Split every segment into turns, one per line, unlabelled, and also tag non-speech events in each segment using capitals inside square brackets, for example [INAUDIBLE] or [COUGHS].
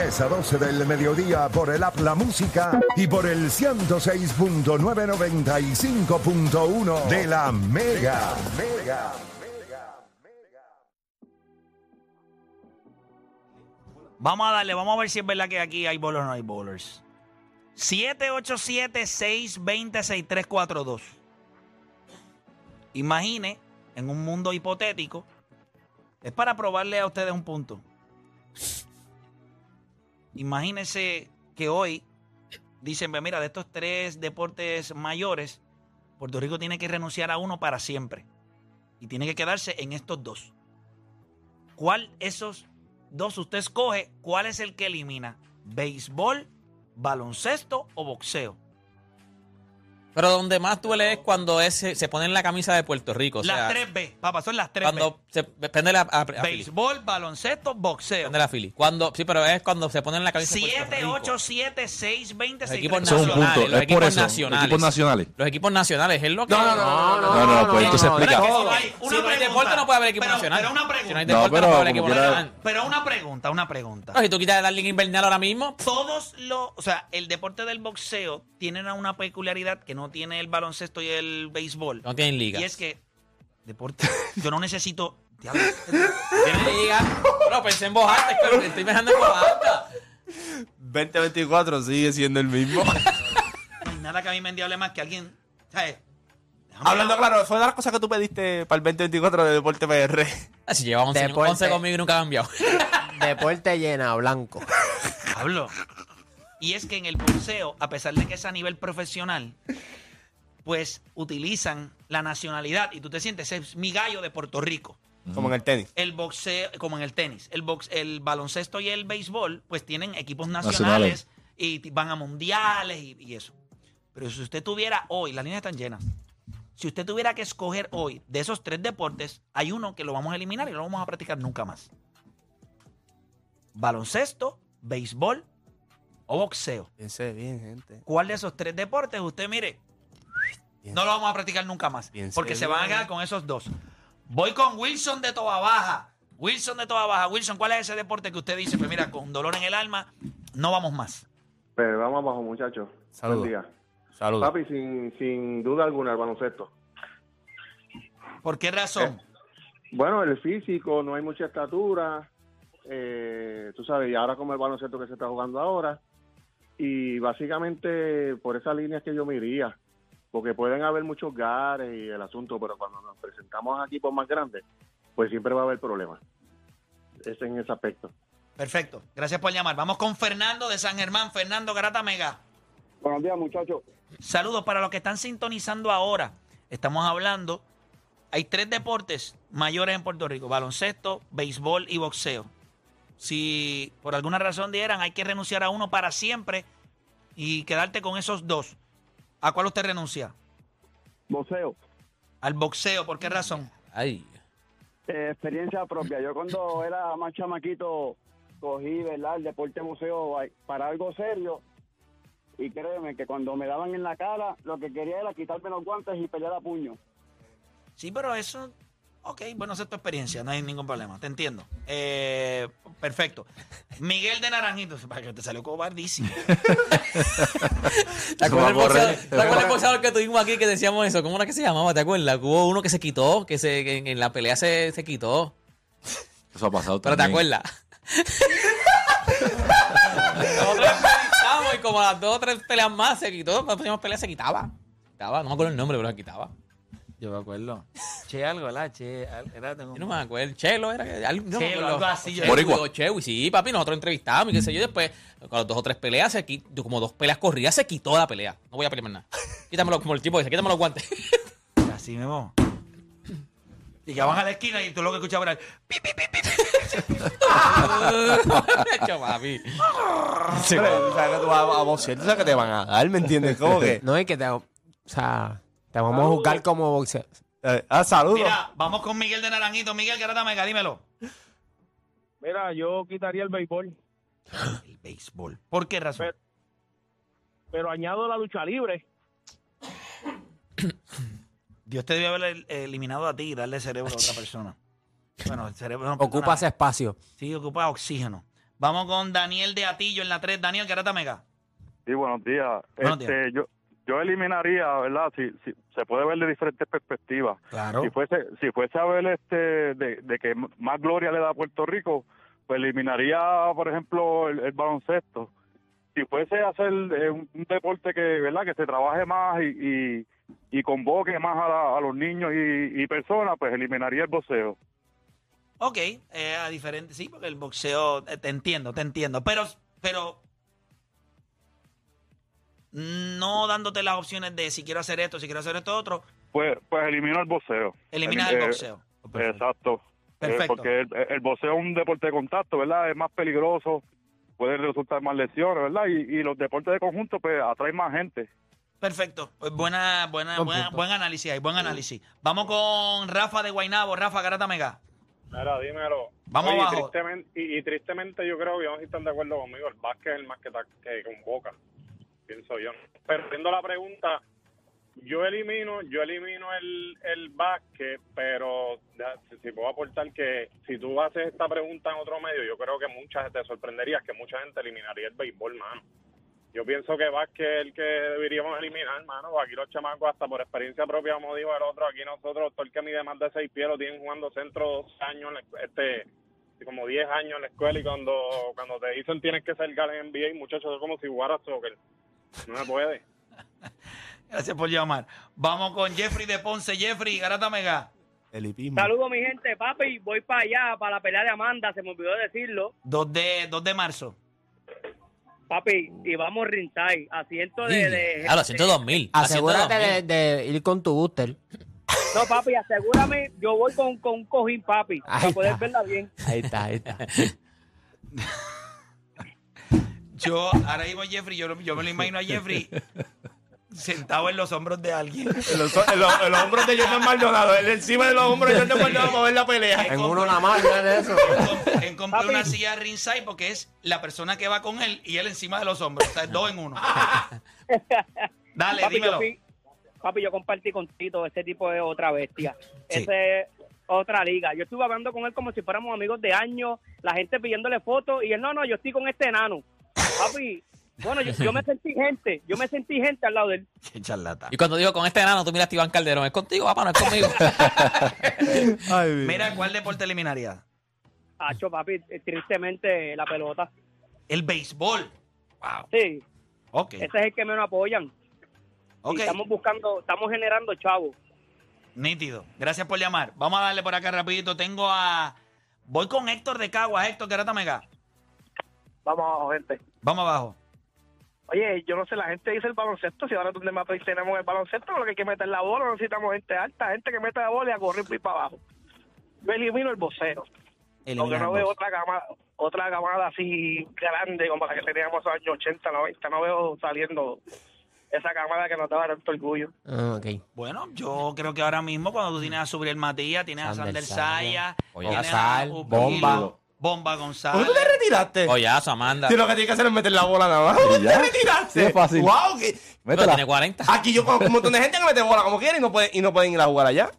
Es a 12 del mediodía por el App La Música y por el 106.995.1 de la Mega. Mega.
Vamos a darle, vamos a ver si es verdad que aquí hay bowlers o no hay bowlers. 787-620-6342. Imagine, en un mundo hipotético, es para probarle a ustedes un punto. Imagínense que hoy dicen, "Ve, mira, de estos tres deportes mayores, Puerto Rico tiene que renunciar a uno para siempre. Y tiene que quedarse en estos dos. ¿Cuál esos dos usted escoge? ¿Cuál es el que elimina? ¿Béisbol, baloncesto o boxeo?
Pero donde más duele es cuando es- se se ponen la camisa de Puerto Rico. o sea,
las tres B, papá, son las tres B.
Cuando se prende la, a, a Philly,
Béisbol, baloncesto, boxeo.
prende la Philly. Cuando, sí, pero es cuando se ponen la camisa de Puerto
7,
Rico.
8, 7, 6, 20,
Los
6,
equipos
Eso es un
nacionales,
punto.
los
Es por
equipos
eso.
nacionales.
Los equipos nacionales.
Los equipos nacionales es lo que...
No, no, no, no.
No, no, no, pues entonces
Pero es
explica.
que
No, hay una
si no hay
pregunta.
deporte no puede haber equipo
Pero-
nacional.
pero una
Si no
pregunta.
hay
No,
deporte no,
pero
puede haber equipo
como quiera-
nacional.
Pero una pregunta, una pregunta.
No, si tú quitas la liga invernal ahora mismo,
Todos los, o sea, el deporte del boxeo tiene una peculiaridad que no tiene el baloncesto y el béisbol.
no tienen liga.
y es que deporte, [LAUGHS] yo no necesito diablo,
Tienen liga. No, pensé en voz alta, pero estoy pensando en voz alta.
2024 sigue siendo
[LAUGHS]
el mismo.
no hay nada que a mí me endiable más que alguien, ¿sabes? Déjame-
Hablando claro, fue una de las cosas que tú pediste para el 2024 de Deporte PR.
Ah, Si lleva 11,
Deporte.
11 conmigo y nunca ha cambiado. [LAUGHS]
Deporte llena, blanco.
Hablo. Y es que en el boxeo, a pesar de que es a nivel profesional, pues utilizan la nacionalidad y tú te sientes, "Ese es mi gallo de Puerto Rico.
Como en el tenis.
El boxeo, como en el tenis, el, box, el baloncesto y el béisbol, pues tienen equipos nacionales,
Nacionales.
y t- van a mundiales y, y eso. Pero si usted tuviera hoy, las líneas están llenas, si usted tuviera que escoger hoy de esos tres deportes, hay uno que lo vamos a eliminar y no lo vamos a practicar nunca más. Baloncesto, béisbol o boxeo.
Piense bien, gente.
¿Cuál de esos tres deportes usted mire? No lo vamos a practicar nunca más.
Piense
Porque se van a
bien.
quedar con esos dos. Voy con Wilson de Toa Baja. Wilson de Toa Baja. Wilson, ¿cuál es ese deporte que usted dice? Pues mira, con dolor en el alma, no vamos más.
Pero vamos abajo, muchachos.
Saludos.
Buen día.
Saludos.
Papi, sin, sin duda alguna, el baloncesto.
¿Por qué razón?
Bueno, el físico, no hay mucha estatura. eh, tú sabes, y ahora como el baloncesto que se está jugando ahora. Y básicamente por esas líneas que yo me iría. Porque pueden haber muchos gares y el asunto, pero cuando nos presentamos a equipos más grandes, pues siempre va a haber problemas. Es en ese aspecto.
Perfecto. Gracias por llamar. Vamos con Fernando de San Germán. Fernando Garata Mega.
Buenos días, muchachos.
Saludos para los que están sintonizando ahora. Estamos hablando. Hay tres deportes mayores en Puerto Rico: baloncesto, béisbol y boxeo. Si por alguna razón dieran, hay que renunciar a uno para siempre y quedarte con esos dos. ¿A cuál usted renuncia?
Boxeo.
Al boxeo, ¿por qué razón?
Ay.
Eh, experiencia propia. Yo cuando era más chamaquito cogí, ¿verdad? El deporte museo ay, para algo serio. Y créeme que cuando me daban en la cara, lo que quería era quitarme los guantes y pelear a puño.
Sí, pero eso. Ok, bueno, esa es tu experiencia, no hay ningún problema, te entiendo. Eh, perfecto. Miguel de Naranjito, [LAUGHS] para que te salió cobardísimo.
¿Te acuerdas el
Vamos a
boxeador,
correr.
te acuerdas el boxeador que tuvimos aquí que decíamos eso? ¿Cómo era que se llamaba? ¿Te acuerdas? Que Hubo uno que se quitó, que se que en, en la pelea se, se quitó.
Eso ha pasado
Pero ¿te
también.
acuerdas? Nosotros entrevistamos y como a las dos o tres peleas más se quitó. Cuando teníamos peleas se quitaba. Quitaba, no me acuerdo el nombre, pero se quitaba.
Yo me acuerdo. Che, algo, la che. al- Era tengo...
Yo no me acuerdo, el Chelo era. que- al- no me
Chelo,
acuerdo.
algo así, yo-
Chelo,
Boricua.
digo, Chewi, sí, papi, nosotros entrevistamos y qué sé yo. y Después, con las dos o tres peleas, se qui- como dos peleas corridas, se quitó la pelea. No voy a pelear más nada. Quítamelo, como el tipo dice, quítame los guantes.
Así mismo. Llegaban a la esquina y tú lo que escuchabas era. el pi, pi, pi, pi, pi.
[LAUGHS] Chacho, papi.
Sí, pero tú sabes que tú vas a, a boxear, tú sabes que te van a dar, ¿me entiendes? ¿Cómo que?
No, es que te. O sea, te vamos a juzgar como boxeador.
Eh, ah, saludos.
Mira, vamos con Miguel de Naranjito. Miguel, que mega, dímelo.
Mira, yo quitaría el béisbol,
El béisbol. ¿Por qué razón?
pero añado la lucha libre.
Dios te debió haber el- eliminado a ti y darle cerebro a [LAUGHS] otra persona. Bueno, el cerebro. de una persona-
Ocupa ese espacio.
Sí, ocupa oxígeno. Vamos con Daniel de Atillo en la 3. Daniel, que mega.
Sí, buenos días.
Buenos
Este, Yo, yo eliminaría, ¿verdad? Si, si- se puede ver de diferentes perspectivas.
Claro.
Si fuese, si fuese a ver este, de, de que m- más gloria le da a Puerto Rico, pues eliminaría, por ejemplo, el, el baloncesto. Si fuese a hacer eh, un, un deporte que, ¿verdad? Que se trabaje más y, y, y convoque más a, la- a los niños y, y personas, pues eliminaría el boxeo.
Ok, eh, a diferente, sí, porque el boxeo, eh, te entiendo, te entiendo, pero, pero no dándote las opciones de si quiero hacer esto, si quiero hacer esto otro,
Pues, pues elimino el boxeo.
eliminas
Elim-
el
eh,
boxeo. Perfecto.
Exacto. Eh,
Perfecto.
porque el, el boxeo es un deporte de contacto, ¿verdad? Es más peligroso, puede resultar más lesiones, ¿verdad? Y, y los deportes de conjunto, pues, atraen más gente.
Perfecto. Pues buena, buena,
Buen
buena-
punto.
buen análisis ahí, buen análisis. Vamos con Rafa de Guainabo, Rafa Garata Mega.
Mira, dímelo.
Vamos
Oye, y
abajo.
tristemen- y, y tristemente yo creo que vamos a estar de acuerdo conmigo. El básquet es el más que, ta- que convoca, pienso yo. Pero viendo la pregunta, yo elimino yo elimino el, el básquet, pero da- si, si puedo aportar que si tú haces esta pregunta en otro medio, yo creo que muchas te sorprenderías que mucha gente eliminaría el béisbol, mano. Yo pienso que básquet es el que deberíamos eliminar, mano. porque Aquí los chamacos, hasta por experiencia propia, como dijo el otro, aquí nosotros, todo el que mide más de seis pies lo tienen jugando centro dos años, en la escu- este, como 10 años en la escuela y cuando, cuando te dicen tienes que ser gala en NBA, muchachos, es como si jugaras soccer. No se puede.
Gracias por llamar. Vamos con Jeffrey de Ponce, Jeffrey Garata Mega.
El hipismo.
Saludos, mi gente, papi. Voy para allá, para la pelea de Amanda, se me olvidó decirlo.
2 de, 2 de marzo.
Papi, y vamos Rintai, asiento
[LAUGHS]
de... de
Claro, 102.000.
Asegúrate
102.000.
de, de ir con tu booster.
No, papi, asegúrame, yo voy con, con un cojín, papi,
Ahí
para
está.
poder verla bien.
Ahí está, ahí está.
Yo, ahora mismo Jeffrey, yo, yo me lo imagino a Jeffrey sentado en los hombros de alguien.
En los, en los- en los hombros de Jordan Maldonado, él encima de los hombros de Jordan Maldonado para ver la pelea.
En uno nada más, ya de eso.
En comprar una silla ringside porque es la persona que va con él y él encima de los hombros. O sea, es dos en uno. Dale,
papi,
dímelo.
Yo, fui- papi, yo compartí con Tito, ese tipo es otra bestia.
Sí.
Ese es otra liga. Yo estuve hablando con él como si fuéramos amigos de años, la gente pidiéndole fotos y él, no, no, yo estoy con este enano. Papi, bueno, yo, yo me sentí gente, yo me sentí gente al lado de él.
Qué charlatán.
Y cuando digo con este enano, tú miras a Iván Calderón. Es contigo, papá, no es
[LAUGHS]
conmigo.
Mira, ¿cuál deporte eliminaría?
Hacho, papi, eh, tristemente la pelota.
El béisbol. Wow.
Sí,
Ok,
ese es el que menos apoyan.
ok.
Y estamos buscando, estamos generando chavos.
Nítido. Gracias por llamar. Vamos a darle por acá rapidito. Tengo a... Voy con Héctor de Caguas. Héctor, que mega.
Vamos abajo, gente.
Vamos abajo.
Oye, yo no sé, la gente dice el baloncesto, si ahora donde más tenemos el baloncesto, lo que hay que meter la bola, necesitamos gente alta, gente que meta la bola y a correr y para abajo. Yo elimino el vocero, porque
Eliminas
no
el
veo
box.
otra camada, otra camada así grande como la que teníamos en los años 80, 90, no veo saliendo esa camada que nos daba tanto orgullo.
[LAUGHS] Ah, ok.
Bueno, yo creo que ahora mismo cuando tú tienes a Subriel Matías, tienes a
Sander
Sander Saya,
Oye,
tienes
Sal,
Upil,
Bomba.
Bomba
¿Por
González.
qué tú te retiraste?
Ollazo, "Oh, Amanda.
Si lo que tienes que hacer es meter la bola nada más. ¿Por qué te retiraste?
Sí, es fácil.
Wow, que-
Pero
Métela.
tiene 40.
Aquí yo conozco un montón de gente que mete bola como quiere y no, puede- y no pueden ir a jugar allá.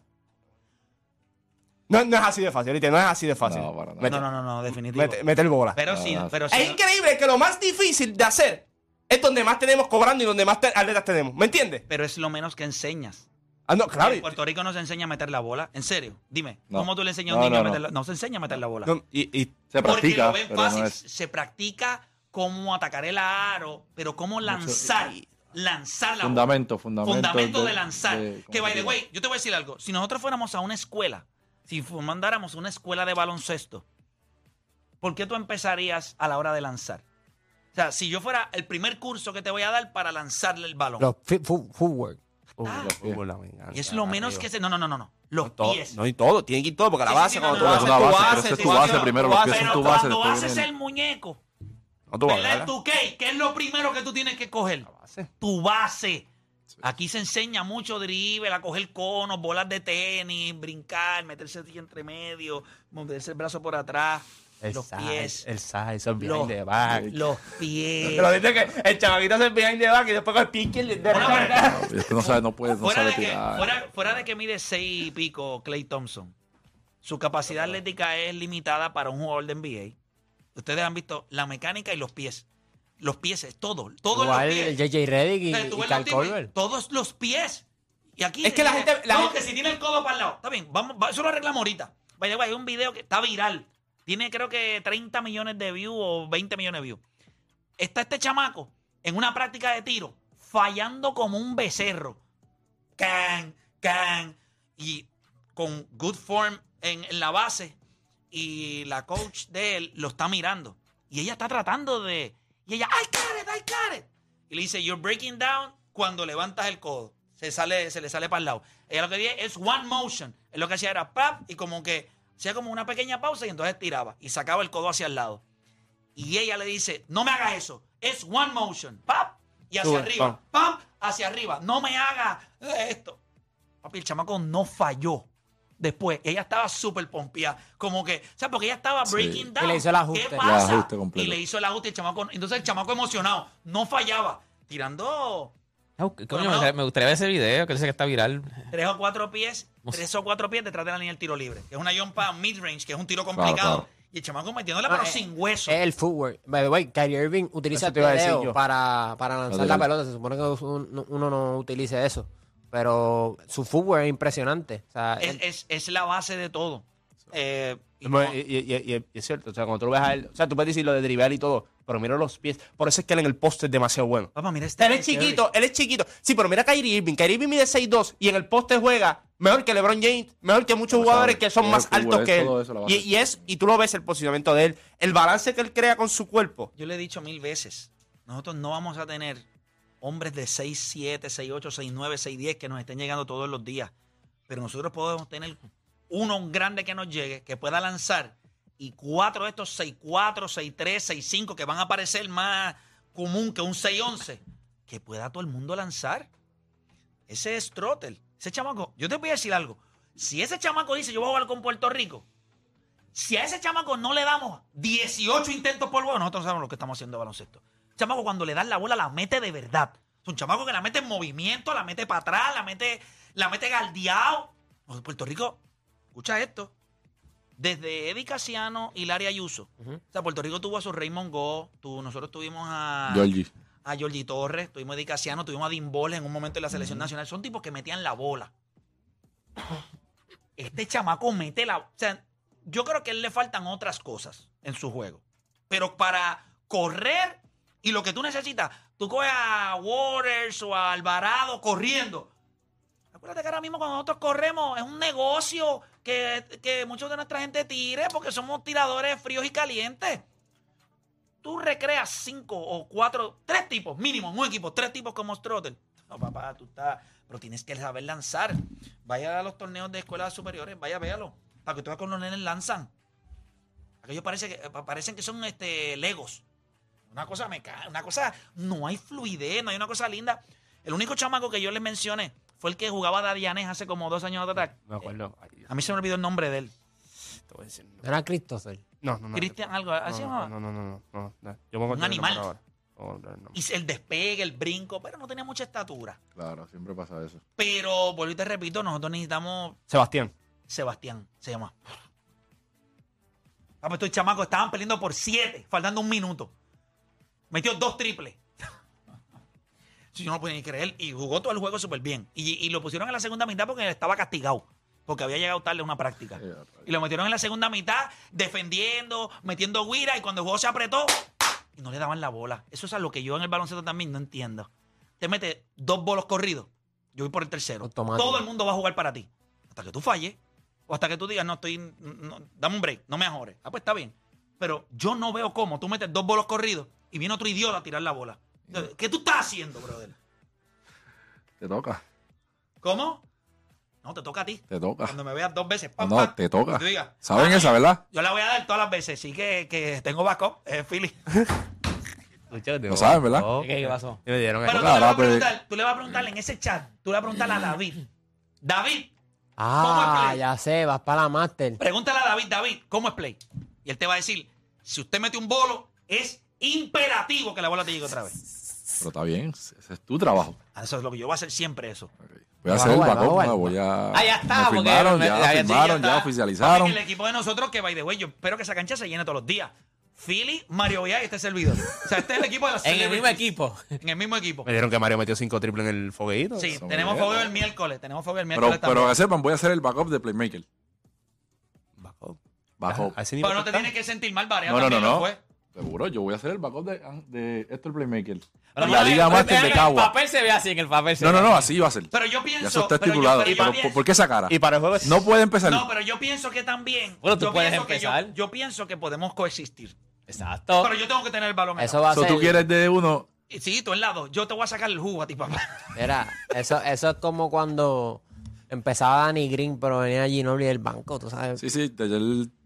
No, no es así de fácil, ¿viste? No es así de fácil.
No, para nada.
Mete-
No, no, no, no, definitivo.
mete- meter bola.
Pero sí,
Ah,
pero sí.
Es increíble que lo más difícil de hacer es donde más tenemos cobrando y donde más te- atletas tenemos. ¿Me entiendes?
Pero es lo menos que enseñas.
Ah, no, claro.
En Puerto Rico no se enseña a meter la bola. En serio, dime.
No.
¿Cómo tú le enseñas a un
No,
niño
no,
a
no.
meter la No se enseña a meter la bola.
No, y, y-
Se
Porque
practica,
lo ven
pero no
fácil.
es-
Se practica cómo atacar el aro, pero cómo lanzar. Lanzar la bola.
eh, Fundamento, fundamento.
fundamento de, lanzar. que by the
competitividad.
way, yo te voy a decir algo. Si nosotros fuéramos a una escuela, si fu- mandáramos una escuela de baloncesto, ¿por qué tú empezarías a la hora de lanzar? O sea, si yo fuera el primer curso que te voy a dar para lanzarle el balón.
Los fi- fu- footwork.
Uh,
está.
los pies por la venganza,
Y es lo menos
amigo.
que se. No, no, no, no. no. Los
No, todo,
pies.
no, y todo, tiene que ir todo, porque la
Sí, sí,
base,
sí,
cuando
no,
tú
no,
haces
no,
tu
no,
base,
no,
pero ese es
sí,
tu
sí,
base
no.
primero, los
Pero
pies son tu
cuando
base. después
haces
viene-
el muñeco,
No, tu
¿verdad?
base.
Tu cake, ¿qué es lo primero que tú tienes que coger?
La base.
Tu base. Aquí se enseña mucho dribble, a coger conos, bolas de tenis, brincar, meterse aquí entre medio, meterse el brazo por atrás, los pies.
El size, el
Los,
behind the back.
los pies.
Pero dice que el chamaquito hace el behind the back y después con el pinky el de
Bueno, pero-
Y Este no sabe, no puede, no
fuera,
sabe
de que,
tirar.
fuera, fuera de que mide seis y pico Clay Thompson, su capacidad atlética es limitada para un jugador de NBA. Ustedes han visto la mecánica y los pies. Los pies, es todo. Todo en
Igual
los pies.
JJ Reddick y,
O sea, tú
y
ves
Cal
los tipos y
Colbert.
Todos los pies. Y aquí eh,
Es que la gente- la
no,
gente-
que si tiene el codo para el lado. Está bien, vamos, va- eso lo arreglamos ahorita. Vaya, vaya, hay un video que está viral. Tiene creo que 30 millones de views o 20 millones de views. Está este chamaco en una práctica de tiro, fallando como un becerro. Can, can. Y con good form en, en la base. Y la coach de él lo está mirando. Y ella está tratando de. Y ella, I got it, I got it. Y le dice, You're breaking down cuando levantas el codo. Se, sale, se le sale para el lado. Ella lo que dice es one motion. Él lo que hacía era pap y como que hacía como una pequeña pausa y entonces tiraba y sacaba el codo hacia el lado. Y ella le dice, no me hagas eso. Es one motion. Pap y hacia
Sube,
arriba. Pap hacia arriba. No me hagas esto. Papi, el chamaco no falló. Después, ella estaba súper pompeada. Como que, o sea, porque ella estaba
Sí.
breaking down.
Y le hizo el ajuste.
¿Qué
El
pasa?
ajuste completo.
Y le hizo el ajuste. El chamaco, entonces el chamaco emocionado. No fallaba. Tirando
Ah, ok,
Bueno,
coño, me, gustaría, me gustaría ver ese video, que dice que está viral.
tres o cuatro pies,
O sea-
tres o cuatro pies detrás de la línea del tiro libre. Que es una jumpa mid-range, que es un tiro complicado.
claro.
Y el chamaco metiéndola, pero
Ah, eh,
sin hueso.
Es el footwork. By the way, Kyrie Irving utiliza
Eso
el
te iba a decir
dedo
yo.
para, para lanzar
Lateral.
la pelota. Se supone que un- uno no utilice eso. Pero su footwork es impresionante. O sea,
es,
él-
es- es la base de todo. Eh, y
Bueno,
no-
Y, y- y- y- y es cierto, o sea, cuando tú lo ves a él, o sea, tú puedes decir lo de driblar y todo, pero mira los pies. Por eso es que él en el poste es demasiado bueno.
papá, mira
O
este.
sea, Él es chiquito, él es chiquito. Sí, pero mira a Kyrie Irving. Kyrie Irving mide 6'2 y en el poste juega mejor que LeBron James, mejor que muchos
Lo
jugadores
sabe.
que son
Todo
más
el fútbol,
altos
es
que él.
todo eso, la
y,
base.
y es, y tú lo ves el posicionamiento de él, el balance que él crea con su cuerpo.
Yo le he dicho mil veces, nosotros no vamos a tener hombres de 6'7, 6'8, 6'9, 6'10 que nos estén llegando todos los días. Pero nosotros podemos tener uno un grande que nos llegue, que pueda lanzar, y cuatro de estos 6'4, 6'3, 6'5 que van a parecer más común que un 6'11, que pueda todo el mundo lanzar. Ese es Trotter. Ese chamaco, yo te voy a decir algo. Si ese chamaco dice yo voy a jugar con Puerto Rico, si a ese chamaco no le damos 18 intentos por juego, nosotros no sabemos lo que estamos haciendo de baloncesto. Chamaco, cuando le das la bola, la mete de verdad. Es un chamaco que la mete en movimiento, la mete para atrás, la mete, la mete galdeado. Nosotros, Puerto Rico, escucha esto. Desde Eddie Casiano y Larry Ayuso. O sea, Puerto Rico tuvo a su Raymond Go, tu- nosotros tuvimos a
Georgie.
a Giorgi Torres, tuvimos a Eddie Casiano, tuvimos a Dean Boles en un momento en la selección nacional. Son tipos que metían la bola. [COUGHS] Este chamaco mete la. O sea, yo creo que a él le faltan otras cosas en su juego. Pero para correr y lo que tú necesitas, tú coges a Waters o a Alvarado corriendo. Acuérdate que ahora mismo cuando nosotros corremos es un negocio que, que muchos de nuestra gente tire porque somos tiradores fríos y calientes tú recreas cinco o cuatro, tres tipos, mínimo, en un equipo, tres tipos como Strotter. No, papá, tú estás, pero tienes que saber lanzar. Vaya a los torneos de escuelas superiores, vaya, véalo, para que tú veas con los nenes lanzan. Aquellos parece que, eh, pa- parecen que son este, legos. Una cosa mecánica, una cosa, no hay fluidez, no hay una cosa linda. El único chamaco que yo les mencioné fue el que jugaba Dadianes hace como dos años atrás.
Me acuerdo. Ay, Dios,
A mí se me olvidó el nombre de él.
te voy a decir, no.
no era Christopher.
No, no, no.
Cristian, algo así se
no,
llamaba.
no, no, no, no, no, no. Yo me acuerdo
Un
del
animal.
nombre ahora. Oh, no, no.
Y el despegue, el brinco, pero no tenía mucha estatura.
Claro, siempre pasa eso.
Pero, vuelvo y te repito, nosotros necesitamos
Sebastián.
Sebastián, se llama. Vamos, estos chamacos estaban peleando por siete, faltando un minuto. Metió dos triples. [LAUGHS] Si yo no lo podía ni creer. Y jugó todo el juego súper bien. Y, y lo pusieron en la segunda mitad porque estaba castigado. Porque había llegado tarde a una práctica.
Eh,
Y lo metieron en la segunda mitad, defendiendo, metiendo guira, y cuando el juego se apretó, y no le daban la bola. Eso es a lo que yo en el baloncesto también no entiendo. Te mete dos bolos corridos, yo voy por el tercero.
Automático.
Todo el mundo va a jugar para ti. Hasta que tú falles, o hasta que tú digas, no, estoy, no, dame un break, no me ajores. Ah, pues está bien. Pero yo no veo cómo tú metes dos bolos corridos y viene otro idiota a tirar la bola. ¿Qué tú estás haciendo, brother?
Te toca.
¿Cómo? No, te toca a ti.
Te toca.
Cuando me veas dos veces,
No,
pam,
no,
pam,
te toca.
y tú digas, "Ah,
¿Saben esa, verdad?
Yo la voy a dar todas las veces. Sí que, que tengo backup, es Philly.
Lo saben, ¿verdad?
¿Qué, qué pasó?
Me dieron
Pero
el-
tú le, vas a
Claro, pero-
preguntar, tú le vas a preguntar en ese chat, tú le vas a preguntar a David. David, ¿Cómo es
Ah,
play?
ya sé, vas para la máster.
pregúntale a David, David, ¿cómo es play? Y él te va a decir, si usted mete un bolo, es imperativo que la bola te llegue otra vez.
Pero está bien, ese es tu trabajo.
Ah, Eso es lo que yo voy a hacer siempre eso.
Voy a
Vamos
hacer
a
el
jugar,
backup,
vamos a
no,
jugar.
voy a...
Ah, ya está,
Me
porque
firmaron,
me-
ya,
ya- ya-
firmaron, ya,
está.
Ah, oficializaron.
Ah, Papi, que El equipo de nosotros que, by the way, yo espero que esa cancha se llene todos los días. Philly, Mario Villar y este servidor. O sea, este es el equipo de las
[LAUGHS] En el mismo
celebrities.
equipo.
En el mismo equipo.
Me dieron que Mario metió cinco triples en el fogueito.
Sí,
Eso
tenemos
me
fogueo el miércoles. Tenemos fogueo el
Pero,
miércoles
pero
también.
que sepan, voy a hacer el backup de Playmaker.
Backup.
Backup.
A ese nivel
Pero no te
está.
tienes que sentir mal, Varea.
No, no,
también
no,
lo
no.
fue.
Seguro, yo voy a hacer el backup de, de Héctor Playmaker.
Pero
Y la
no,
Liga
no,
Master
en
de Cagua.
El papel se ve así, en el papel se
No,
ve
no, no,
así.
así va a ser.
Pero yo
Ya
pienso.
eso está
pero yo-
estipulado.
pero yo
Pero,
pienso-
¿por qué esa cara?
Y para el juego es-
No pueden empezar.
No, pero yo pienso que también.
Bueno, tú
yo
puedes
pienso que yo-
empezar.
yo, pienso que podemos coexistir.
Exacto.
Pero yo tengo que tener el balón. en la
Eso
mano.
va a
So,
ser.
tú quieres de uno.
Y Sí, tú en lado. Yo te voy a sacar el jugo a ti, papá. [LAUGHS]
Mira, eso, eso es como cuando empezaba Danny Green, pero venía Ginobili del banco, tú sabes.
Sí, sí, de ayer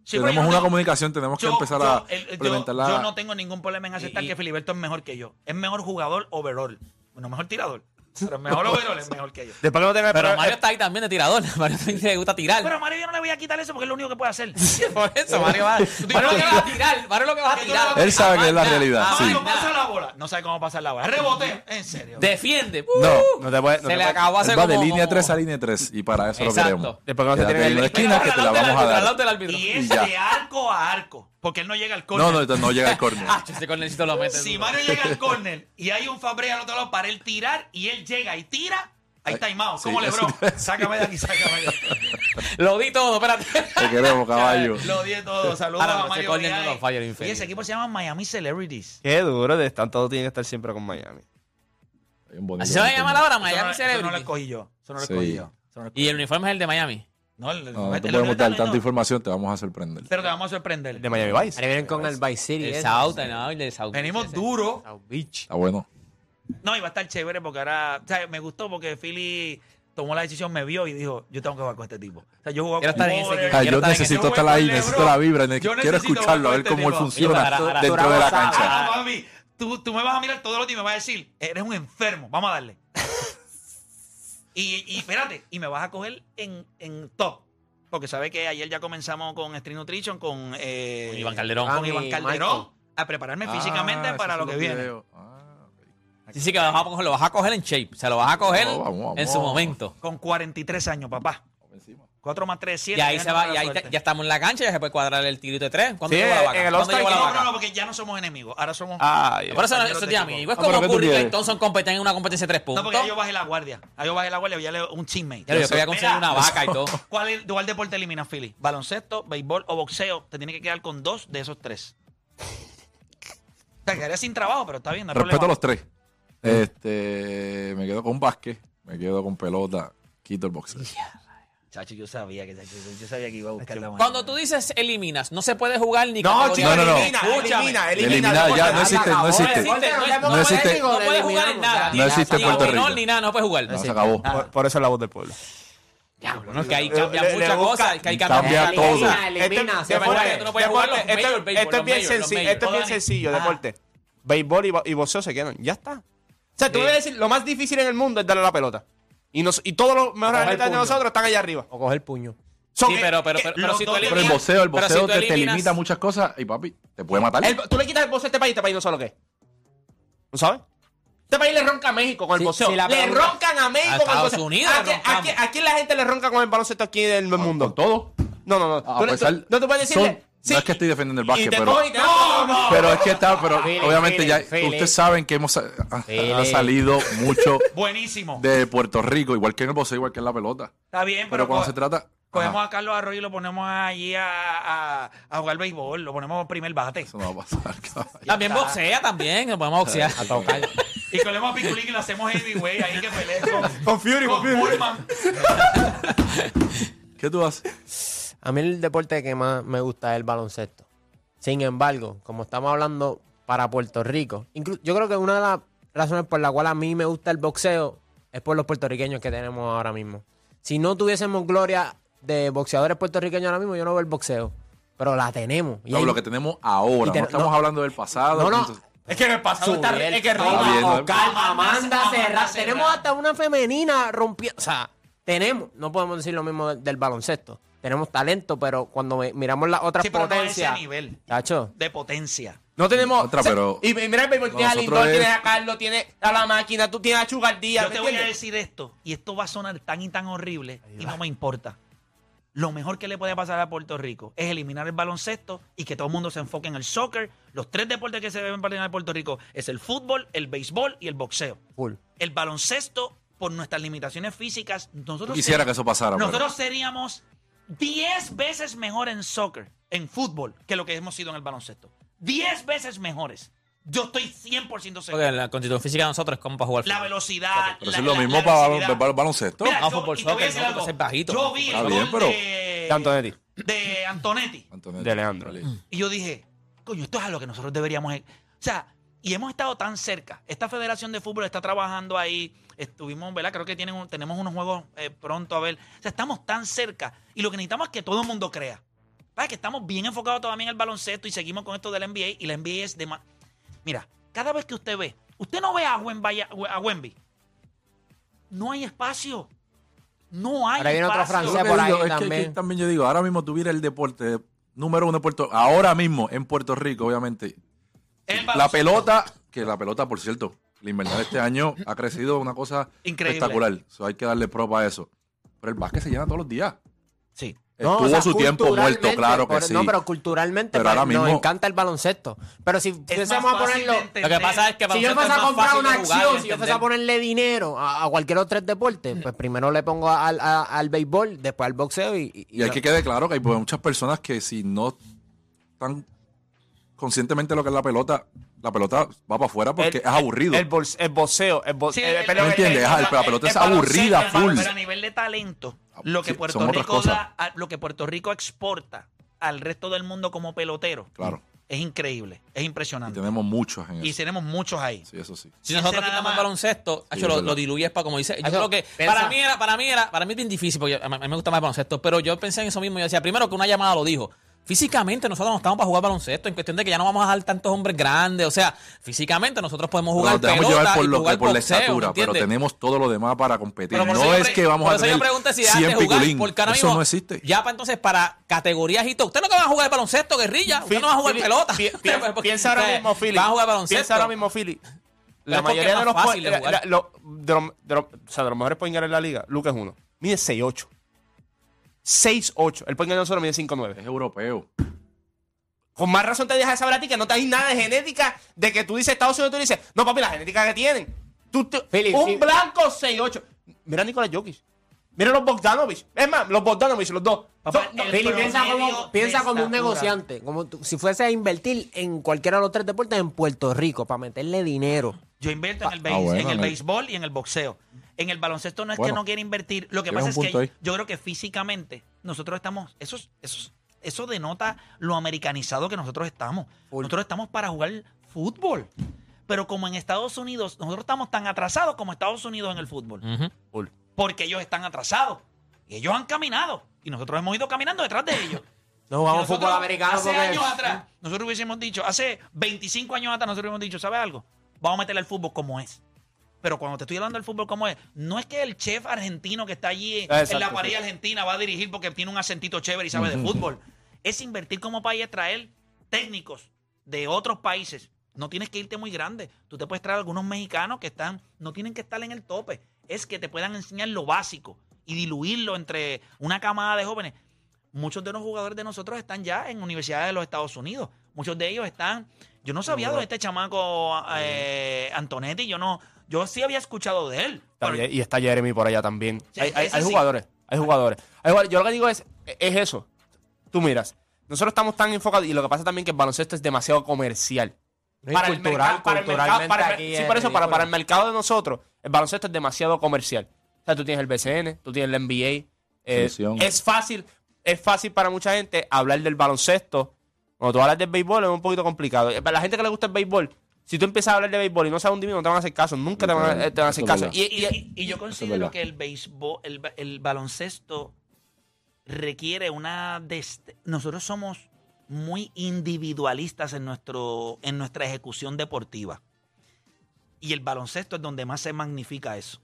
Sí,
tenemos
pero yo no
una
tengo-
comunicación, tenemos que
Yo-
empezar
yo-
a
el- yo-
implementarla.
yo no tengo ningún problema en aceptar
Y- y-
que Filiberto es mejor que yo. Es mejor jugador overall. Bueno, mejor tirador.
[LAUGHS]
Pero es mejor overall es mejor que yo.
Después que no tenga
eh,
Pero Mario está ahí también de tirador. [LAUGHS] Mario también le gusta tirar.
Pero a Mario yo no le voy a quitar eso porque es lo único que puede hacer.
[LAUGHS] Por eso, Mario va. Mario lo que vas a tirar. Mario lo que vas a tirar.
Él sabe que es la
Amanda,
realidad, sí.
Mario
Amanda.
pasa la bola. No sabe cómo pasar la bola. Rebote. En serio.
Defiende.
No,
Uh.
no te puedes.
Se
No te
le
puedes-
acabó hace
Él va de
como-
línea
como-
3 a línea 3 y para eso
Exacto.
lo queremos.
Después que no te
Quédate
tienen
ahí en
el-
una esquina que te la
Al lado del
vamos a
árbitro, al
dar.
lado del árbitro.
y es
ya.
de arco a arco. Porque él no llega al
No,
córner.
no, no llega al córner.
Ah, ese cornercito lo mete.
Si
duro.
Mario
[LAUGHS]
llega al córner y hay un Fabre al otro lado para él tirar y él llega y tira, ahí está Imao.
sí,
¿Cómo le,
eso
bro?
te iba a decir.
Sácame de aquí, sácame de aquí.
[LAUGHS]
Lo di todo, espérate.
Te
[LAUGHS]
queremos, caballo.
Lo di todo. Saludos
Ahora,
a
ese
Mario.
córner
Villar.
no lo falla el
y
infeliz.
ese equipo se llama Miami Celebrities.
[LAUGHS] Qué duro, de estar, todo tiene que estar siempre con Miami.
Hay un bonito
Así se va a llamar ahora
Eso
Miami
no, eso no lo
Celebrity.
escogí yo. Eso no lo
Sí.
escogí yo. Eso no lo escogí
Y el uniforme es el de Miami.
No, el-
No, no
el-
te
el-
podemos dar
no,
tanta
no.
información, te vamos a sorprender.
Pero te vamos a sorprender.
El de Miami Vice.
Ahora vienen con el Vice City. eh.
El
ese.
South, no, el de South.
Venimos
Ese.
duro.
South Beach.
Está bueno.
No, iba a estar chévere porque ahora. O sea, me gustó porque Philly tomó la decisión, me vio y dijo: Yo tengo que jugar con este tipo. O sea, yo juego
Quiero
con
estar en ese
Porter,
equipo.
Ah, yo
estar en
necesito
ese
estar ahí,
juego,
necesito
bro.
la vibra, ne-
Yo
quiero
necesito
escucharlo, a ver
jugar con
cómo él
este tipo.
funciona
Oye, para- para-
dentro
para-
de la
para-
cancha.
Ah, papi, tú, tú me vas a mirar todos los días y me vas a decir, eres un enfermo, vamos a
[LAUGHS]
darle. y, y espérate, y me vas a coger en, en top. Porque sabes que ayer ya comenzamos con Street Nutrition, con, eh,
Con Iván Calderón.
con Iván
Michael.
Calderón, a prepararme físicamente
Ah,
para
esos
lo
son
que
los
viene.
videos. Ah, ok.
Sí, sí, que lo vas, a, coger- lo vas a coger en shape. Se lo vas a coger
No, vamos, vamos.
en su momento.
Con 43 años, papá.
Vamos encima.
4 más 3, 7.
Y ahí se va, y ahí te- ya estamos en la cancha, ya se puede cuadrar el tirito de tres. ¿Cuándo
Sí,
llegó la vaca?
en el
¿Cuándo
All-Star
llegó la
Game.
No,
vaca?
no, no, porque ya no somos enemigos. Ahora somos.
Ah, ya.
Por eso no
Compañeros
eso
de
es
equipo.
amigo. Es
Ah, pero
como
¿qué tú
Curry y Clay
quieres?
Thompson competen en una competencia de tres puntos.
No, porque ya yo bajé la guardia. Ahí yo bajé la guardia, ya le un chisme.
Ya, yo te voy a conseguir
Mira,
una vaca y todo.
¿Cuál, es- ¿Cuál deporte elimina Philly? ¿Baloncesto, béisbol o boxeo? Te tiene que quedar con dos de esos tres. Te quedarías sin trabajo, pero está bien, no hay
Respeto a
problema.
los tres. Este, me quedo con básquet, me quedo con pelota, quito el boxeo.
Chacho, yo sabía que chacho, yo sabía que iba a buscar la manera.
Cuando tú dices eliminas, no se puede jugar ni
No,
categoría
chico,
No, no, no.
elimina,
Escúchame.
elimina,
Elimina,
elimina.
ya, no existe, no
No
existe.
existe, no es-
No existe.
no puedes jugar en nada.
No existe
ni
Puerto
dominó,
Rico.
Ni nada, no puedes jugar.
No, se acabó.
Por, por eso es la voz del pueblo.
Bueno, que ahí cambia
Le- le
muchas
busca-
cosas. Que ahí cambia
Cambia
muchas
todo.
cosas.
Elimina, elimina.
Este-
se
de
fue.
verdad que tú no puedes
deporte,
jugar los
este-
major, béisbol,
este es
los
bien
major, los
sencillo.
major.
Este es bien
Dani.
sencillo.
Ah.
Deporte. Béisbol y, bo- y boxeo se quedan. Ya está. O sea, tú
Sí.
debes decir, lo más difícil en el mundo es darle la pelota. Y, nos, y todos los mejores
Coger el
atletas de
puño.
nosotros están allá arriba.
O coger el puño.
Son-
Sí,
eh,
pero, pero,
eh,
pero,
los
si tú
dos
eliminas,
Pero el boxeo, el
pero si
boxeo
tú
te, te
eliminas-
limita muchas cosas y papi, te puede matar.
el- tú le quitas el boxeo a este país, este país no sabe lo que es. ¿No sabes? Este país le ronca a México con el
Sí,
boxeo.
sí, la
le
pregunta-
roncan a México
A
con el
Estados
boxeo.
Unidos
¿A,
le
qué- a
roncamos.
qué- a quién la gente le ronca con el baloncesto aquí del mundo?
todo.
No, no, no.
A
Tú le-
pesar-
tú- no te puedes
son-
decirle. sí,
no es que estoy defendiendo el
y
básquet,
te
pero,
cogen y te- ¡No, no!
pero es que está, pero
Feeling,
obviamente ya
feeling, feeling.
ustedes saben que hemos ah, sa- ha- ha,
Eh.
Feeling.
salido mucho
Buenísimo.
de Puerto Rico, igual que en el boxeo, igual que en la pelota.
está bien,
Pero
pero,
cuando
Ah.
co-
se trata
cogemos
ajá,
a Carlos Arroyo y lo ponemos allí a, a- a jugar béisbol, lo ponemos primer bate.
eso no va a pasar. caballo.
También boxea, también. nos Podemos boxear.
A tocar.
Y cogemos a Piculín y lo hacemos heavyweight ahí que
[LAUGHS]
pelee con,
Con Fury,
con
con Fury.
Pullman.
¿Qué tú haces?
A mí el deporte que más me gusta es el baloncesto. Sin embargo, como estamos hablando para Puerto Rico, inclu- yo creo que una de las razones por la cual a mí me gusta el boxeo es por los puertorriqueños que tenemos ahora mismo. Si no tuviésemos gloria de boxeadores puertorriqueños ahora mismo, yo no veo el boxeo. Pero la tenemos. Y
No,
hay-
lo que tenemos ahora.
y te-
no estamos
no.
hablando del pasado.
No, no.
entonces-
Es que en el pasado está,
Suriel,
es que
está
Roma,
bien, ¿no?
Oscar,
Amanda
Amanda
Serra.
Serra.
Tenemos hasta una femenina rompiendo. O sea, tenemos. No podemos decir lo mismo del, del baloncesto. Tenemos talento, pero cuando ve- miramos las otras
Sí, pero no a ese
potencias.
nivel
Tacho,
de potencia.
No tenemos.
Otra,
o sea,
pero-
y, y mira el béisbol, tienes a
Nosotros
Lindor,
es-
tienes a Carlos, tienes a la máquina, tú tienes a Sugar Díaz,
Yo
¿me
te voy a
entiendes?
decir esto, y esto va a sonar tan y tan horrible, y no me importa. Lo mejor que le puede pasar a Puerto Rico es eliminar el baloncesto y que todo el mundo se enfoque en el soccer. Los tres deportes que se deben practicar en Puerto Rico es el fútbol, el béisbol y el boxeo.
full.
El baloncesto, por nuestras limitaciones físicas,
Yo
nosotros,
quisiera
seri-
que eso pasara. pero-
nosotros seríamos 10 veces mejor en soccer, en fútbol, que lo que hemos sido en el baloncesto. 10 veces mejores. Yo estoy 100% seguro.
Porque la constitución física de nosotros es como para jugar.
La
fútbol.
velocidad.
Pero
la-
eso es lo
la-
mismo
la
para
velocidad.
bal- bal- baloncesto.
Mira,
No,
yo-
Ah, fútbol,
y te voy a
soccer,
decir
no,
algo.
porque es bajito.
Yo vi el
Está bien,
gol
pero-
de,
Antonetti.
de Antonetti
Antonio.
De Leandro.
y yo dije, coño, esto es a lo que nosotros deberíamos... ir. O sea, y hemos estado tan cerca. Esta federación de fútbol está trabajando ahí. Estuvimos, ¿verdad? Creo que tienen un- tenemos unos juegos eh, pronto a ver. O sea, estamos tan cerca. Y lo que necesitamos es que todo el mundo crea. Para que estamos bien enfocados todavía en el baloncesto y seguimos con esto del NBA. Y la NBA es de más... Mira, cada vez que usted ve... Usted no ve a Wemby, a Wemby. No hay espacio. No hay
Ahora viene otro
espacio.
francés
Yo lo que
por
digo
ahí
es que aquí
también.
también yo digo, ahora mismo tuviera el deporte número uno de Puerto ahora mismo en Puerto Rico, obviamente.
El
La
baloncesto.
pelota, que la pelota, por cierto, la invernal de este año ha crecido una cosa
Increíble.
espectacular. So, hay que darle propa a eso. Pero el básquet se llena todos los días.
Sí.
No,
Estuvo
o sea,
Eh, su tiempo
culturalmente,
muerto, claro que
por-
sí.
No, pero culturalmente
Pero
pues,
ahora
nos
mismo-
encanta el baloncesto. Pero si fuésemos a ponerlo.
Lo que pasa es que
Si
baloncesto
yo
es
fuese a
más
comprar
fácil
una
de jugar y
acción, si yo fuese
entender.
a ponerle dinero a, a cualquier otro deporte, pues primero le pongo al, a- al béisbol, después al boxeo y. y-
Y hay que quede claro que hay pues, muchas personas que si no están conscientemente lo que es la pelota, la pelota va para afuera porque es
El-
aburrido.
El, bols- el boxeo, el boxeo.
Sí,
el,
eh,
el-
perdón,
¿Me entiendes? Ajá, el-
la pelota es
el baloncesto,
aburrida,
el
full. Ah,
baloncesto.
Pero a nivel de talento, lo que
Sí,
Puerto
son otras
Rico
cosas.
da, a- lo que Puerto Rico exporta al resto del mundo como pelotero,
Claro.
es increíble, es
Y
impresionante.
tenemos muchos en
Y
eso.
tenemos muchos ahí.
Sí, eso sí.
Si nosotros
Ese nada
quitamos
más.
el baloncesto,
Sí,
hecho,
es
lo,
verdad.
lo diluyes para como dice. Yo
Hacho,
creo que
piensa.
para mí era, para mí era, para mí es bien difícil, porque yo- a mí me gusta más el baloncesto, pero yo pensé en eso mismo. Yo decía, primero que una llamada lo dijo. Físicamente nosotros no estamos para jugar baloncesto, en cuestión de que ya no vamos a dar tantos hombres grandes. O sea, físicamente nosotros podemos
Pero
jugar
nos dejamos
pelota
llevar por,
y
lo que,
jugar
por la
boxeo, ¿me
estatura, pero
entiendes?
tenemos todo lo demás para competir.
Pero por
no
eso yo
es
pre-
que vamos
por
a
eso
tener
yo pregunto si dejan
100
de jugar,
piculín.
porque ahora
eso
mismo,
no
[LAUGHS]
existe.
Ya para entonces, para categorías y todo. Usted no que va a jugar baloncesto, guerrilla. Usted
Phil-
no va a jugar
Phil-
pelota. [LAUGHS]
pi- pi- Piensa
O
ahora
sea,
mismo, Philly.
Va a jugar baloncesto.
Piensa ahora mismo, Philly. La
es porque
mayoría
es
de los
más fácil de
pue-
jugar.
la- lo- de los- de los- o sea, de los mejores point guards en la liga, Lucas es uno. Mide 6'8". 6'8". El point guard de nosotros mide 5'9".
Es europeo.
Con más razón te dejas saber a ti que no te hay nada de genética de que tú dices Estados Unidos, tú dices, no papi, la genética que tienen. Tú te-
Philip,
un
sí.
blanco 6'8". Mira a Nicolás Jokic. Mira a los Bogdanovich. Es más, los Bogdanovich, los dos.
Papá,
Son- no,
el
Fili, piensa
promedio
como, piensa
de
como un
estatura.
negociante. como tú- Si fuese a invertir en cualquiera de los tres deportes en Puerto Rico para meterle dinero.
Yo invierto en el,
Ah,
béis-
bueno,
en el
me-
béisbol y en el boxeo. En el baloncesto no es
Bueno,
que no quiera invertir. Lo que
tienes
pasa es
un punto
que
ahí.
yo creo que físicamente nosotros estamos. Eso, es- eso, es- eso denota lo americanizado que nosotros estamos.
Full.
Nosotros estamos para jugar fútbol. Pero como en Estados Unidos, nosotros estamos tan atrasados como Estados Unidos en el fútbol.
Ujú.
Porque ellos están atrasados. Y ellos han caminado. Y nosotros hemos ido caminando detrás de ellos.
No vamos a
Nosotros,
fútbol americano.
Hace
porque-
años atrás, nosotros hubiésemos dicho, hace 25 años atrás, nosotros hubiésemos dicho, ¿sabes algo? Vamos a meterle al fútbol como es. Pero cuando te estoy hablando del fútbol como es, no es que el chef argentino que está allí
Exacto,
en la pared
sí.
argentina va a dirigir porque tiene un acentito chévere y sabe de fútbol. Es invertir como país, traer técnicos de otros países. No tienes que irte muy grande. Tú te puedes traer algunos mexicanos que están, no tienen que estar en el tope. Es que te puedan enseñar lo básico y diluirlo entre una camada de jóvenes muchos de los jugadores de nosotros están ya en universidades de los Estados Unidos. Muchos de ellos están. Yo no sabía de este chamaco eh, Antonetti, yo no, yo sí había escuchado de él.
Está
Pero-
bien, y está Jeremy por allá también.
Sí,
hay, hay-
ese
hay
sí.
jugadores, hay jugadores. Hay jugadores. Yo lo que digo es, es eso. Tú miras, nosotros estamos tan enfocados y lo que pasa también que el baloncesto es demasiado comercial.
No, y cultural, culturalmente
para el-
aquí
sí,
es
por eso, para,
ridículo.
para el mercado de nosotros, el baloncesto es demasiado comercial. O sea, tú tienes el BCN, tú tienes el NBA. eh,
Selección.
es fácil, es fácil para mucha gente hablar del baloncesto. Cuando tú hablas del béisbol es un poquito complicado. Eh, Para la gente que le gusta el béisbol, Si tú empiezas a hablar de béisbol y no sabes un divino, no te van a hacer caso. Nunca te van a, eh, te van a hacer
Eso es
caso.
verdad.
Y,
Y,
y-
y- y yo
verdad.
considero que el béisbol, el, ba- el baloncesto requiere una dest- nosotros somos muy individualistas en nuestro en nuestra ejecución deportiva. Y el baloncesto es donde más se magnifica eso.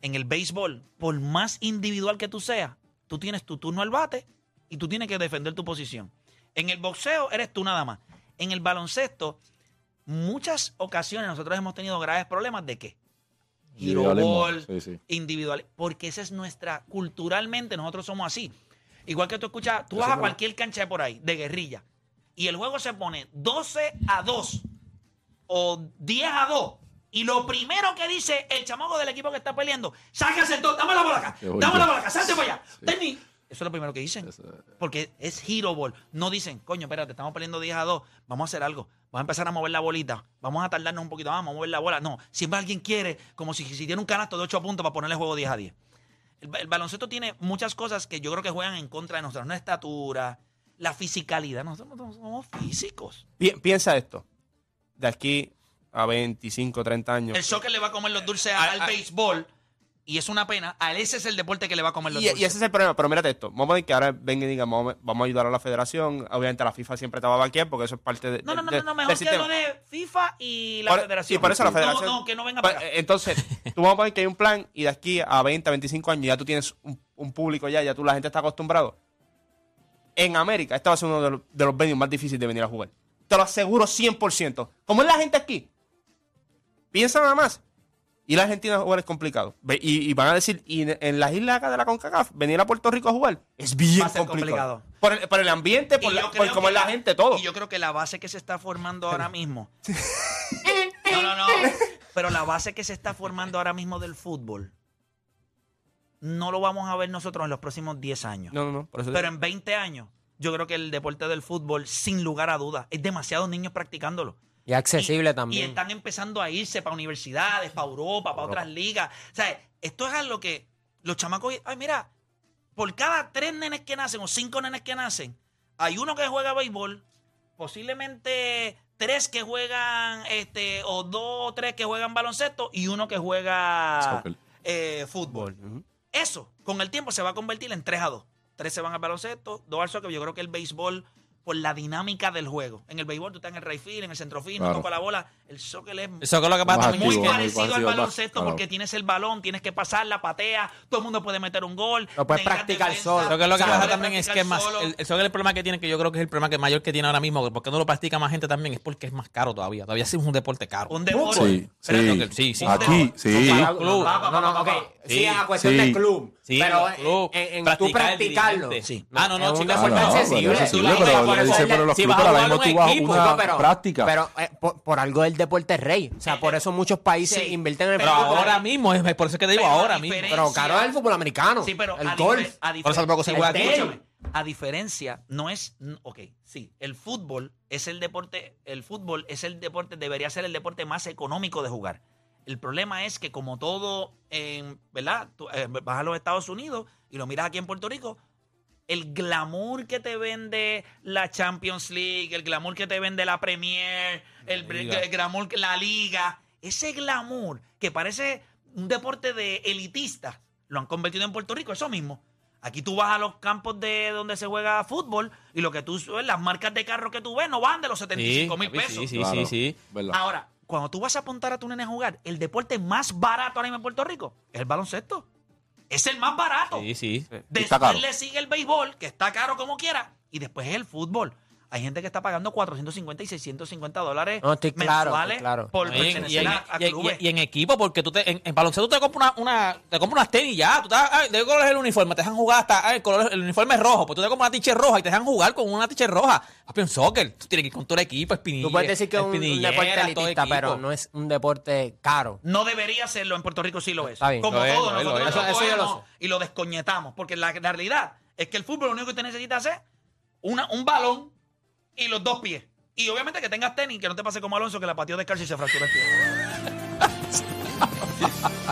En el béisbol, por más individual que tú seas, tú tienes tu turno al bate y tú tienes que defender tu posición. En el boxeo eres tú nada más. En el baloncesto, muchas ocasiones nosotros hemos tenido graves problemas de qué? Giro
Individualismo,
ball,
sí, sí.
individual, porque esa es nuestra, culturalmente nosotros somos así. Igual que tú escuchas, tú vas a cualquier cancha de por ahí, de guerrilla, y el juego se pone 12 a 2 o 10 a 2, y lo primero que dice el chamaco del equipo que está peleando, sácase el dos, dame la bola acá,
Qué bonito.
dame la bola acá, salte para allá, tenis. Eso es lo primero que dicen. Porque es hero ball. No dicen, coño, espérate, estamos peleando 10 a 2, vamos a hacer algo. Vamos a empezar a mover la bolita. Vamos a tardarnos un poquito más, vamos a mover la bola. No, siempre alguien quiere, como si, si tiene un canasto de 8 puntos para ponerle juego 10 a 10. El, ba- el baloncesto tiene muchas cosas que yo creo que juegan en contra de nosotros. Nuestra estatura, la fisicalidad. Nosotros no somos físicos.
pi- piensa esto. De aquí a 25, 30 años.
El soccer le va a comer los dulces al, béisbol y es una pena. A ese es el deporte que le va a comer los
Y, y
dulces.
ese es el problema. Pero mírate esto. Vamos a decir que ahora venga y diga, vamos, a- vamos a ayudar a la federación. Obviamente la FIFA siempre te va a banquear porque eso es parte de,
no, no, no,
de-
no, no,
del
mejor que
sistema.
lo de FIFA y la
Por-
federación.
sí, por eso la federación-
No, no, que no venga
Pues,
para acá.
eh, Entonces, tú vamos a poner que hay un plan y de aquí a 20, 25 años ya tú tienes un, un público ya, ya tú la gente está acostumbrado. En América, este va a ser uno de los, de los venues más difíciles de venir a jugar. Te lo aseguro 100%. Como es la gente aquí, piensa nada más. Y la Argentina jugar es complicado. Ve- Y, y van a decir, y en, en las islas acá de la CONCACAF, venir a Puerto Rico a jugar es bien
Va a ser
complicado.
complicado.
Por, el, por el ambiente, por,
Y
la-
yo
por
creo
cómo
que
es la gente, todo.
Y yo creo que la base que se está formando ahora mismo.
[LAUGHS]
No, no, no. Pero la base que se está formando ahora mismo del fútbol no lo vamos a ver nosotros en los próximos 10 años.
No, no, no. Por eso
Pero en 20 años, yo creo que el deporte del fútbol, sin lugar a dudas, es demasiados niños practicándolo.
Y accesible
Y-
también.
Y están empezando a irse para universidades, para Europa, para otras ligas. O sea, esto es algo que los chamacos. Ay, mira, por cada tres nenes que nacen o cinco nenes que nacen, hay uno que juega béisbol, posiblemente tres que juegan, este, o dos o tres que juegan baloncesto y uno que juega
Soccer.
eh, fútbol. Eso, con el tiempo se va a convertir en 3 a 2. 3 se van al baloncesto, 2 al soccer. Yo creo que el béisbol, por la dinámica del juego. En el béisbol tú estás en el right field, en el centro field, no
Claro.
toca la bola. El soccer es
Eso es lo
Más
que pasa también.
activo,
muy
muy
que-
parecido al
parecido al
baloncesto
básquet,
porque
claro.
tienes el balón, tienes que pasarla, patea, todo el mundo puede meter un gol.
Lo puedes
tengas
practicar
defensa,
solo.
Lo que lo que
sabes
pasa también es
practicar
que es más.
solo.
El, el soccer, el problema que tiene, que yo creo que es el problema que mayor que tiene ahora mismo, porque no lo practica más gente también, es porque es más caro todavía. Todavía sí es un deporte caro.
un deporte.
Sí,
Espérate,
sí,
ok, sí, sí.
Aquí, sí.
Para-
club.
No, no, no, ok. Sí,
Sí,
a cuestión
sí.
del club.
Sí,
pero
los clubs,
en, en tú
practicar el
practicarlo.
dirigente. Sí. Ah, no, no,
Es un
chicos,
Ah, no,
deporte
bueno,
accesible.
es accesible,
Tú vas a
pero
jugar
le
con
dice,
el-
pero los
si
clubes
vas a
ahora
jugar
mismo
un
tú vas a
equipo,
una
no, pero-
práctica.
Pero eh, por, por algo del deporte es rey. O sea, por eso muchos países
Sí.
invierten en el
Pero
fútbol.
ahora mismo, es por eso es que te digo
Pero
ahora
la
mismo.
diferencia-
Pero caro es el fútbol americano.
Sí, pero
el
a,
golf.
difer- a
Por eso tampoco se juega
diferencia-
aquí.
escúchame, a diferencia, no es. n- Ok, sí, el fútbol es el deporte. El fútbol es el deporte, debería ser el deporte más económico de jugar. El problema es que, como todo, en, ¿verdad? Tú, eh, vas a los Estados Unidos y lo miras aquí en Puerto Rico. El glamour que te vende la Champions League, el glamour que te vende la Premier, el, br-
Liga.
el glamour, que- la Liga, ese glamour que parece un deporte de elitista, lo han convertido en Puerto Rico, eso mismo. Aquí tú vas a los campos de donde se juega fútbol y lo que tú ves, las marcas de carro que tú ves no van de los 75 mil
papi,
pesos.
Sí, sí,
Claro,
sí, sí.
verdad.
Ahora, cuando tú vas a apuntar a tu nene a jugar, el deporte más barato ahora mismo en Puerto Rico es el baloncesto. Es el más barato.
Sí, sí.
Después
Está caro.
le sigue el béisbol, que está caro como quiera, y después es el fútbol. Hay gente que está pagando 450 y 650 dólares
No, estoy claro,
mensuales
estoy claro.
por
No, y, en, y
pertenecer
en-
a, a
y en-
clubes.
y en equipo, porque tú te, en, en baloncesto tú te compras una, una- te compras unas tenis ya. Tú te, ay, ¿De qué color es el uniforme? Te dejan jugar hasta. ay, el, color- el uniforme es rojo. Pues tú te compras una tiche roja y te dejan jugar con una tiche roja. Papi, en soccer. Tú tienes que ir con todo el equipo, espinilla.
Tú puedes decir que es un, un
espinillera,
deporte
todo
elitista,
equipo.
pero no es un deporte caro.
No debería serlo, en Puerto Rico sí lo es.
Está bien.
Como
Lo es,
todo,
lo es, lo
nosotros
es.
lo
Eso- eso yo lo
cogemos y lo descoñetamos. Porque la, la realidad es que el fútbol lo único que usted necesita es una, un balón y los dos pies. Y obviamente que tengas tenis, que no te pase como Alonso, que la pateó descalzo y se fracturó el pie.